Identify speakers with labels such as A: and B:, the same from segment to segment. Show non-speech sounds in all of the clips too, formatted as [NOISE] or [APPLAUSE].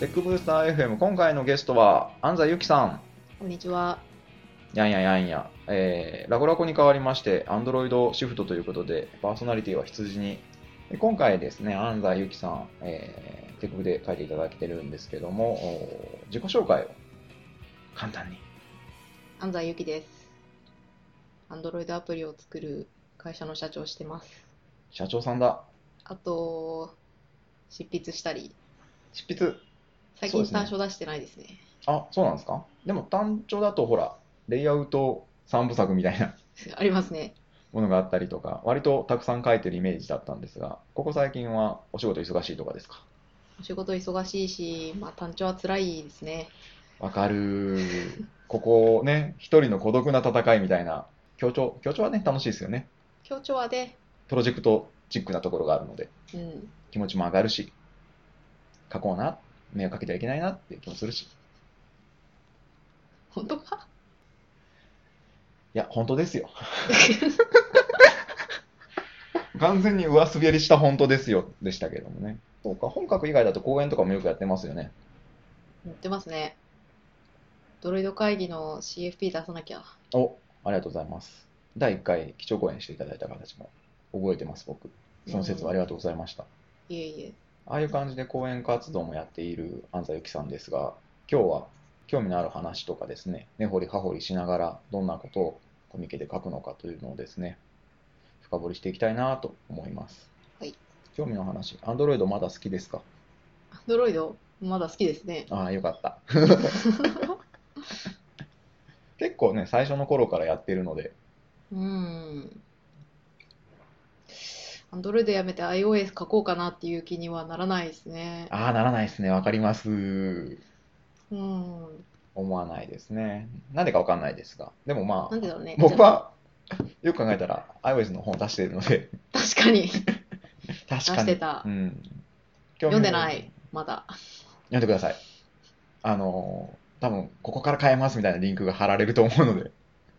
A: テックブースター FM 今回のゲストは安西由紀さん
B: こんにちは。
A: やんややんや、えーラコラコに代わりまして Android シフトということでパーソナリティは羊にで今回ですね安西由紀さん、えー、テクブで書いていただいてるんですけどもおー自己紹介を簡単に
B: 安西ゆきです。アンドロイドアプリを作る会社の社長をしてます。
A: 社長さんだ
B: あと、執筆したり、
A: 執筆
B: 最
A: そう
B: 近
A: ですね
B: 単書出してないですね。 [LAUGHS]
A: あそうなんですかでも単調だとほらレイアウト三部作みたいな [LAUGHS]
B: ありますね。
A: ものがあったりとか割とたくさん書いてるイメージだったんですがここ最近はお仕事忙しいとかですか
B: お仕事忙しいし、まあ単調は辛いですね。
A: わかるー。ここね、一人の孤独な戦いみたいな、協調、協調はね、楽しいですよね。
B: 協調はで、
A: プロジェクトチックなところがあるので、
B: うん、
A: 気持ちも上がるし、書こうな、迷惑かけてはいけないなっていう気もするし。い
B: 本当か
A: や、本当ですよ。完全に上滑りした本当ですよでしたけどもね。そうか、本格以外だと講演とかもよくやってますよね。
B: 言ってますね。ドロイド会議の CFP 出さなきゃ。
A: お、ありがとうございます。第1回基調講演していただいた形も覚えてます、僕。その説はありがとうございました。
B: いえいえ。
A: ああいう感じで講演活動もやっている安西由紀さんですが、今日は興味のある話とかですね、根掘り葉掘りしながら、どんなことをコミケで書くのかというのをですね、深掘りしていきたいなと思います。
B: はい
A: 興味の話、アンドロイドまだ好きですか
B: アンドロイド、まだ好きですね。
A: ああ、よか
B: [LAUGHS]
A: った。結構ね、最初の頃からやってるので、
B: うん。アンドロイドやめて iOS 書こうかなっていう気にはならないですね。
A: ああ、ならないですね、わかります。
B: うん。
A: 思わないですね。なんでかわかんないですが、でもまあ
B: なん、でだろうね。
A: [LAUGHS] 僕はよく考えたら iOS の本を出しているので [LAUGHS]
B: 確かに。
A: 確かに
B: 出してた
A: うん、
B: 読んでな
A: 興味
B: い。まだ。
A: 本読んでくださいあのー多分ここから変えますみたいなリンクが貼られると思うので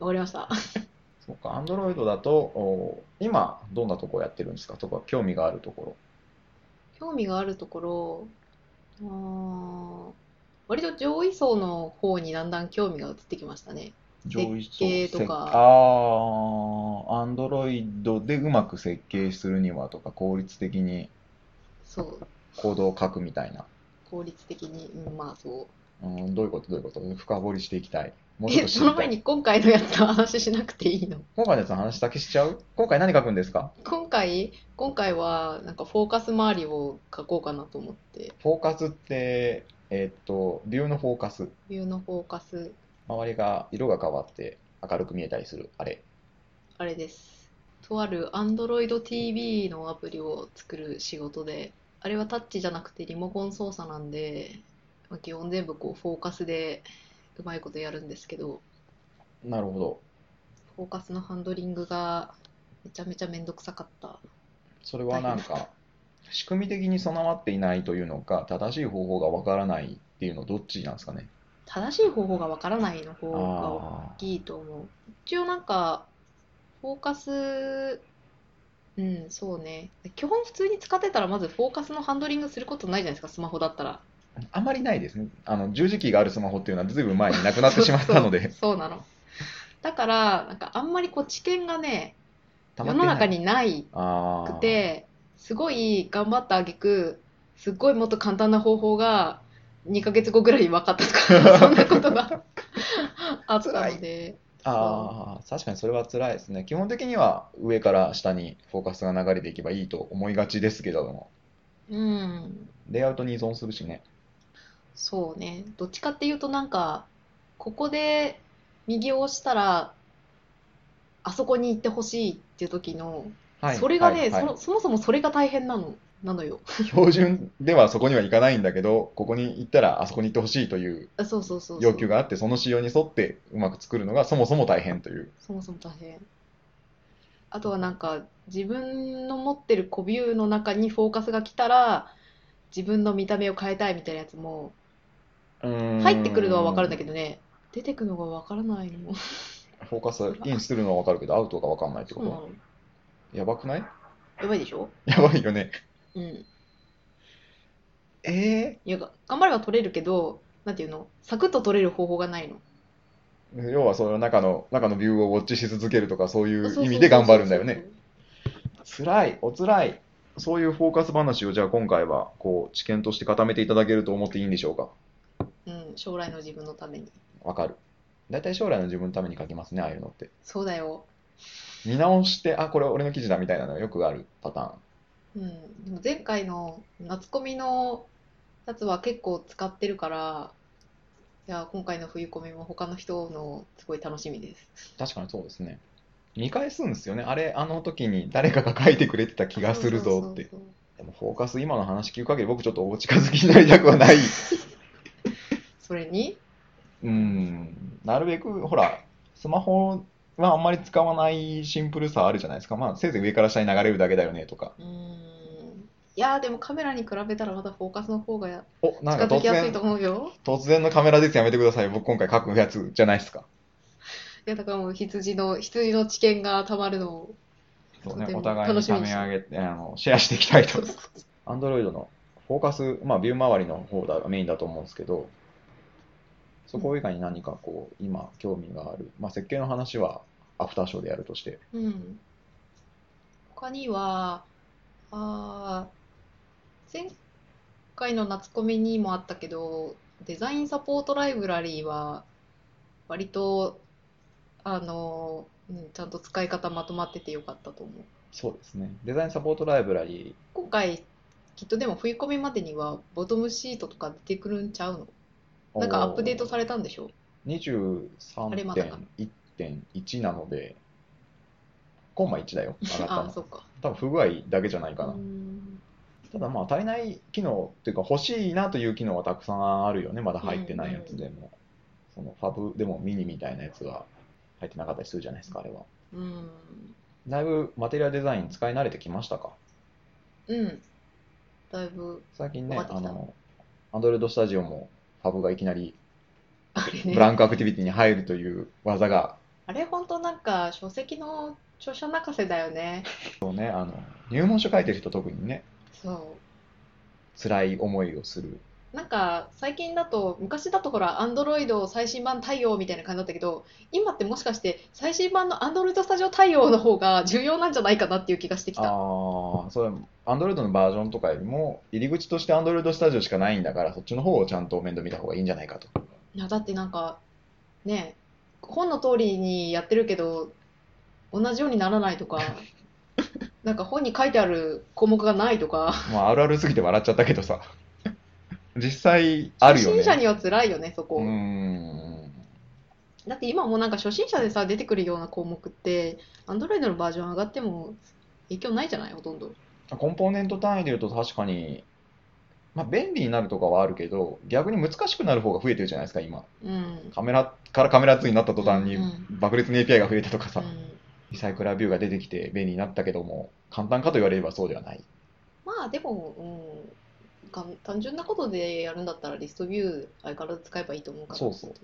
B: わかりました。
A: [LAUGHS] そうか Android だとおー今どんなところやってるんですかとか興味があるとこ
B: 興味があるところ、うーん割と上位層の方にだんだん興味が移ってきましたね。
A: ろ
B: 設計とか
A: 設ああ Android でうまく設計するにはとか効率的に
B: そう。
A: コードを書くみたいな、
B: 効率的に、うん、まあそう。
A: うん、どういうことどういうこと深掘りしていきたいもうちょっ
B: え、
A: と知
B: そ
A: り
B: の
A: た
B: 前
A: い
B: に今回のやつの話しなくていいの
A: 今回のやつの話だけしちゃう今回何書くんですか
B: 今回、今回はなんかフォーカス周りを書こうかなと思って、
A: フォーカスって、えーっと、ビューのフォーカス。
B: ビューのフォーカス、
A: 周りが色が変わって明るく見えたりする、あれ。
B: あれです。とある Android TV のアプリを作る仕事で、あれはタッチじゃなくてリモコン操作なんで、まあ基本全部こうフォーカスでうまいことやるんですけど、
A: なるほど。
B: フォーカスのハンドリングがめちゃめちゃめんどくさかった。
A: それはなんか、仕組み的に備わっていないというのか、正しい方法がわからないっていうの、どっちなんですかね。
B: 正しい方法がわからないの方が大
A: あ
B: きいと思う。一応なんか、フォーカス、うん、そうね。基本普通に使ってたらまずフォーカスのハンドリングすることないじゃないですか、スマホだったら。
A: あ。あまりないですね。あの、十字キーがあるスマホっていうのはずいぶん前になくなってしまったの
B: そう
A: で、
B: そうなのだからなんかあんまりこう知見がね
A: た
B: 世
A: まっ
B: の
A: てない
B: 中にない
A: あー
B: くてすごい頑張った挙句すっごいもっと簡単な方法が2ヶ月後ぐらいに分かったとかそんなことがあったので
A: ああ、確かにそれは辛いですね。基本的には上から下にフォーカスが流れていけばいいと思いがちですけれども、
B: うん
A: レイアウトに依存するしね。
B: そうねどっちかっていうとなんかここで右を押したらあそこに行ってほしいっていう時の、
A: はい、
B: それが
A: は
B: ね、
A: いはい
B: そのそもそもそれが大変なのなのよ
A: 標準ではそこには行かないんだけど、ここに行ったらあそこに行ってほしいという
B: あそうそうそうそう
A: 要求があって、その仕様に沿ってうまく作るのがそもそも大変という。
B: そもそも大変。あとはなんか自分の持ってるコビューの中にフォーカスが来たら自分の見た目を変えたいみたいなやつも入
A: 入
B: ってくるのは分かるんだけ
A: ど。
B: どね出てくのが分からないのも
A: フォーカスインするのは分かるけど、アウトが分かんないって
B: そ
A: こ
B: うな
A: と
B: [LAUGHS] の
A: やばくない [LAUGHS]
B: やばいでしょ
A: やばいよね。
B: うん
A: え
B: いやが頑張れば取れるけどなんていうのサクッと取れる方法がないの
A: ー、要はその中の、中のビューをウォッチし続けるとか、そういう意味で頑張るんだよね。辛い、お辛い。そういうフォーカス話をじゃあ今回は、こう、知見として固めていただけると思っていいんでしょうか。
B: うん将来の自分のために
A: わかる。大体将来の自分のために書きますね、ああいうのって。
B: そうだよ
A: 見直して、あ、これ俺の記事だみたいなのがよくあるパターン。
B: うんでも前回の夏コミのやつは結構使ってるからいや今回の冬コミも他の人のすごい楽しみです
A: 確かにそうですね。見返すんですよね。あれ、あの時に誰かが書いてくれてた気がするぞって。
B: そうそうそう
A: でも、フォーカス、今の話聞く限り僕ちょっとお近づきになりたくはない。
B: それに
A: うん。なるべく、ほら、スマホはあんまり使わないシンプルさあるじゃないですか。まあ、せいぜい上から下に流れるだけだよねとか。
B: うーんいやーでもカメラに比べたらまだフォーカスの方がや
A: お、なん
B: 近
A: か
B: づ
A: 突
B: きやすい
A: 然
B: と、思うよ。
A: 突然のカメラですやめてください。僕今回書くやつじゃないですか。
B: いやだからもう羊の羊の知見がたまるのを
A: そうね
B: と、ても
A: お互い
B: 楽
A: に
B: しみ
A: た
B: にし
A: め
B: て
A: 上げて、あの、シェアしていきたいと
B: そう。そうそう
A: [LAUGHS] アンドロイドのフォーカス、まあ、ビュー周りの方がメインだと思うんですけど、そこ以外に何かこう、今、興味がある、まあ、設計の話はアフターショーでやるとして、
B: うん。他には、あー前回の夏コミにもあったけど、デザインサポートライブラリーは、割と、あの、うんちゃんと使い方まとまっててよかったと思う。
A: そうですね、デザインサポートライブラリ
B: 今回、きっとでも冬コミまでには、ボトムシートとか出てくるんちゃう
A: ー、
B: のなんかアップデートされたんでしょあれまだか
A: 23.1.1なので、コンマ1だよ、上がった
B: ああ、
A: の。
B: そうか。
A: 多分不具合だけじゃないうか
B: ー
A: な。
B: ん。
A: ただまあ足りない機能っていうか欲しいなという機能はたくさんあるよね。まだ入ってないやつでも。そのファブでもミニみたいなやつが入ってなかったりするじゃないですか、あれは。
B: うん。
A: だいぶマテリアルデザイン使い慣れてきましたか
B: うん。だいぶ、
A: 最近ね、
B: わかって
A: あ
B: きた
A: の、アンドロイドスタジオもファブがいきなり
B: あれね
A: ブ。ランクアクティビティに入るという技が、
B: あれ本当なんか書籍の著者泣かせだよね。
A: そうね、あの、入門書書いてる人特にね、
B: そ
A: 辛い思いをする。
B: う。なんか最近だと昔だとほら Android 最新版対応みたいな感じだったけど今ってもしかして最新版の Android スタジオ対応の方が重要なんじゃないかなっていう気がしてきた。
A: ああ、それ、アンドロイドのバージョンとかよりも、入り口としてアンドロイドスタジオしかないんだから、そっちの方をちゃんと面倒見た方がいいんじゃないかと。
B: いやだってなんかね本の通りにやってるけど同じようにならない
A: [LAUGHS]
B: とかなんか本に書いてある項目がないとか
A: まあ、あるあるすぎて笑っちゃったけど
B: [LAUGHS]
A: さ。実際、あるよね。
B: 初心者には辛いよねそこ。
A: うーん。
B: だって今もなんか初心者でさ出てくるような項目って、Android のバージョン上がっても影響ないじゃないほとんど。
A: コンポーネント単位で言うと確かに、まあ、便利になるとかはあるけど、逆に難しくなる方が増えてるじゃないですか、今。
B: うん。
A: カメラからカメラ2になった途端に
B: うんうん
A: 爆裂に API が増えたとか
B: う
A: さ、
B: ん、
A: リサイクラービューが出てきて便利になったけども、簡単かと言われればそうではない。
B: まあでも、うんが、単純なことでやるんだったらリストビュー相変わらず使えばいいと思うから。
A: そうそうっ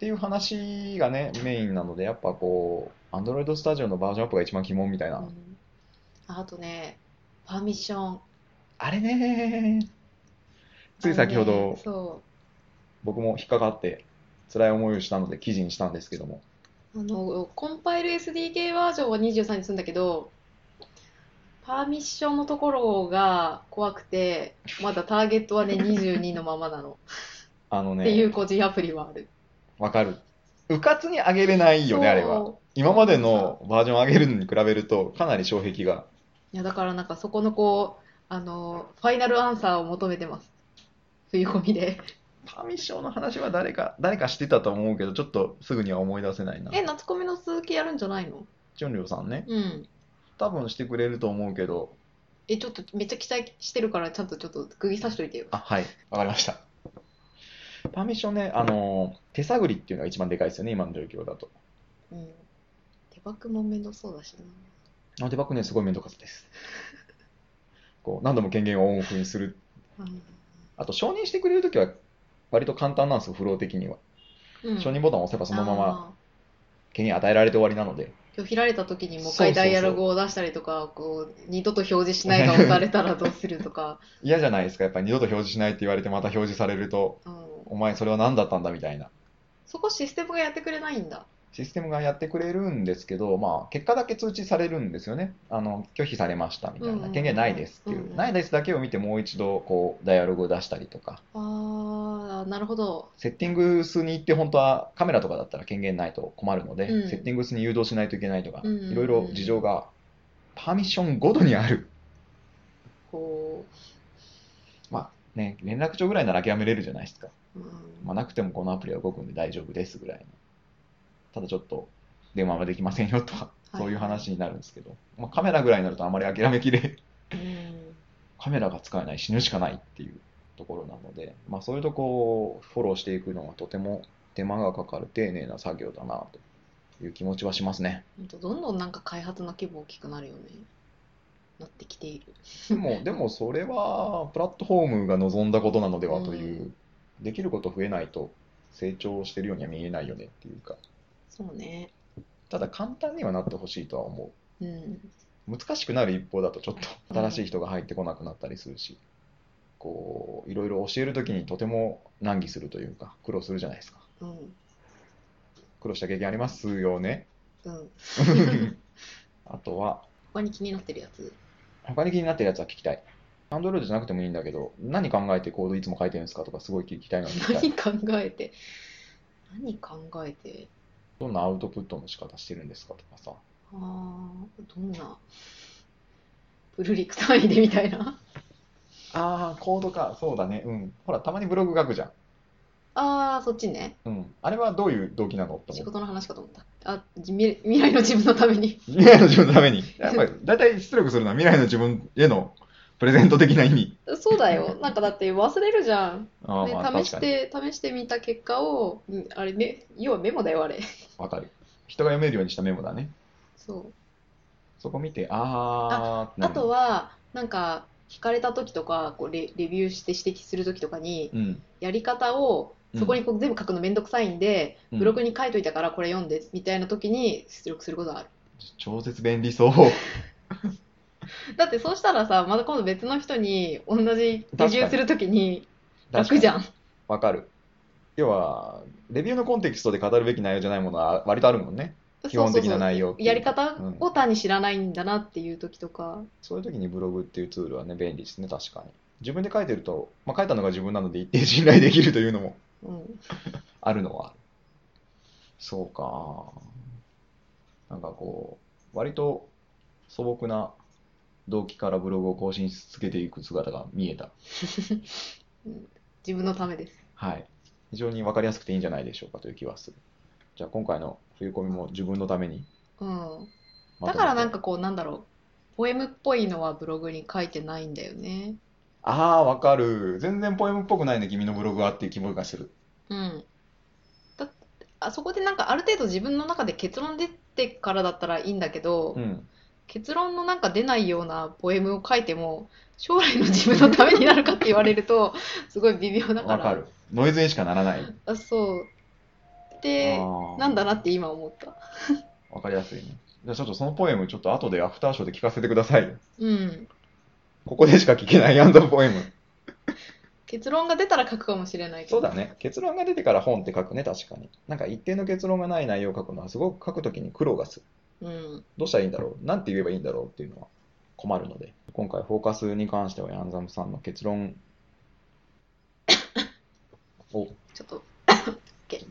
A: ていう話がね、メインなので、やっぱこう、Android Studio のバージョンアップが一番鬼門みたいな。
B: うんああとね、パーミッション。
A: あれねつい先ほ
B: あのね
A: ど
B: そ
A: 僕も引っかかって、辛い思いをしたので記事にしたんですけども。
B: う。あの、コンパイル SDK バージョンは23にするんだけど、パーミッションのところが怖くて、まだターゲットは
A: [LAUGHS]
B: ね、22のままなの。
A: あの
B: っていう
A: ね、
B: 個人アプリはある。
A: わかる。うかつに上げれないよね、あれは。
B: そう
A: 今までのバージョン上げるのに比べると、かなり障壁が。
B: いや、だからなんかそこのこう、あの、ファイナルアンサーを求めてます。冬込みで。
A: パーミッションの話は誰か、誰かしてたと思うけど、ちょっとすぐには思い出せないな。
B: え、夏コミの続きやるんじゃないの
A: チョンリョウさんね、
B: うん。
A: 多分してくれると思うけど、
B: え、ちょっとめっちゃ期待してるから、ちゃんとちょっと釘刺しといてよ。
A: あ、はい。わかりました。パーミッションね、あの、手探りっていうのが一番でかいですよね、今の状況だと。
B: うん。手バクも面倒そうだしな。
A: あ、デバッグね、すごい面倒かったです。こう、何度も権限をオンオフにする。
B: うん
A: あと、承認してくれるときは、割と簡単なんですよ、フロー的には。
B: うん。
A: 承認ボタンを押せばそのまま権限与えられて終わりなので。
B: 拒否られた時にもう
A: そ
B: 一
A: うそうそう
B: 回ダイアログを出したりとか、こう、二度と表示しないが押されたらどうする
A: [LAUGHS]
B: とか、
A: 嫌じゃないですか。やっぱり二度と表示しないって言われてまた表示されると、
B: うん
A: お前それは何だったんだみたいな。
B: そこシステムがやってくれないんだ。
A: システムがやってくれるんですけど、まあ、結果だけ通知されるんですよね。あの、拒否されましたみたい
B: うんうんう
A: な。
B: ん
A: 権限ないですっていうう。
B: ん
A: ないですだけを見てもう一度、こう、ダイアログを出したりとか。
B: あー、なるほど。
A: セッティングスに行って本当はカメラとかだったら権限ないと困るので、
B: うん
A: セッティングスに誘導しないといけないとか、
B: うんうんうん
A: いろいろ事情がパーミッションごとにある。
B: こ
A: まあね、連絡帳ぐらいなら諦めれるじゃないですか。
B: う、うん
A: まあ、なくてもこのアプリは動くんで大丈夫ですぐらいの。ただちょっと電話はできませんよとは、
B: はい
A: そういう話になるんですけど、まあ、カメラぐらいになるとあまり諦めきれ、
B: うん
A: カメラが使えない、死ぬしかないっていうところなので、まあ、そういうとこをフォローしていくのはとても手間がかかる丁寧な作業だなという気持ちはします
B: [LAUGHS]
A: ね。
B: ほんとどんどんなんか開発の規模大きくなるよね。なってきている。
A: でも、でもそれはプラットフォームが望んだことなのではという、
B: う
A: できること増えないと成長してるようには見えないよねっていうか、
B: そうね。
A: ただ簡単にはなってほしいとは思う。
B: うん。
A: 難しくなる一方だとちょっ
B: う
A: と
B: ん
A: 新しい人が入ってこなくなったりするし、こういろいろ教えるときにとても難儀するというか苦労するじゃないですか
B: うん。
A: 苦労した経験ありますよ [LAUGHS] ね
B: うん。
A: あとは
B: 他に気になってるや
A: [LAUGHS]
B: つ。
A: 他に気になってるやつは聞きたい Android じゃなくてもいいんだけど何考えてコードいつも書いてるんですかとかすごい聞きたいのは聞きたい [LAUGHS]
B: 何考えて何考えて
A: どんなアウトプットの仕方してるんですかとかさ
B: あーどんなプルリク単位でみた
A: [LAUGHS]
B: いな
A: ああコードかそうだねうんほらたまにブログ書くじゃん
B: ああそっちね
A: うんあれはどういう動機なのって思
B: 仕
A: う
B: 事の話かと思ったあじ未未来の自分のため
A: [LAUGHS]
B: に
A: 未来の自分のために。 [LAUGHS] やっぱり、大体出力するのは未来の自分へのプレゼント的な意味。
B: そうだよなんかだって忘れるじゃん、
A: ああ、
B: ね
A: まあ
B: 試
A: 確
B: し
A: かに。
B: て試してみた結果をうんあれめ要はメモだよあれ [LAUGHS]
A: わかる。人が読めるようにしたメモだね。
B: そう
A: そこ見て、あーってな
B: あ
A: る
B: とはなんか聞かれた時とかこうレレビューして指摘する時とかに
A: うん。
B: やり方をそこにこう全部書くのめんどくさいんで、
A: うん、
B: ブログに書いといたからこれ読んでみたいな時に出力することはある。
A: 超絶便利そう。
B: だってそうしたらさ、また今度別の人に同じレビューするときに [LAUGHS] 楽
A: 確
B: じ
A: かに
B: ゃん。
A: わかる。要は、レビューのコンテキストで語るべき内容じゃないものは割とあるもんね。基本的な内容っていう
B: やり方を単に知らないんだなっていう時とか、
A: そういう時にブログっていうツールはね、便利ですね、確かに。自分で書いてると、まあ、書いたのが自分なので一定信頼できるというのも
B: うん、
A: あるのはある。そうか。なんかこう、割と素朴な動機からブログを更新し続けていく姿が見えた。
B: 自分のためです。
A: はい。非常に分かりやすくていいんじゃないでしょうかという気はする。じゃあ今回の冬コミも自分のために
B: うん、
A: ま
B: だ
A: とめて
B: からなんかこう、なんだろう、ポエムっぽいのはブログに書いてないんだよね。
A: ああ、わかる。全然ポエムっぽくないね、君のブログはっていう気分がする。
B: うん、だあそこでなんかある程度自分の中で結論出てからだったらいいんだけど、
A: うん。
B: 結論のなんか出ないようなポエムを書いても将来の自分のためになるかって言われると [LAUGHS] すごい微妙だか
A: わ
B: ら
A: かる。ノイズにしかならない。
B: あそうで
A: あー
B: なんだなって今思った
A: わかりやすいね。じゃあちょっとそのポエム、ちょっと後でアフターショーで聞かせてください。
B: うん
A: ここでしか聞けないアンドポエム。
B: 結論が出たら書くかもしれないけ
A: そ
B: ど
A: うだね。結論が出てから本って書くね、確かに。なんか一定の結論がない内容を書くのは、すごく書くときに苦労がする。
B: うん
A: どうしたらいいんだろうなんて言えばいいんだろうっていうのは困るので。今回、フォーカスに関しては、ヤンザムさんの結論を
B: ちょっと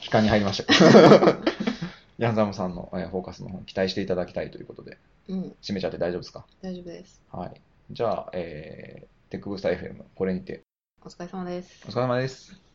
A: 期間に入りました。 [LAUGHS] ヤンザムさんのえーフォーカスの方、期待していただきたいということで、
B: うん
A: 締めちゃって大丈夫ですか
B: 大丈夫です
A: はい。じゃあ、えー、テックブースター FM、これにて、
B: お疲れ様です
A: お疲れ様です。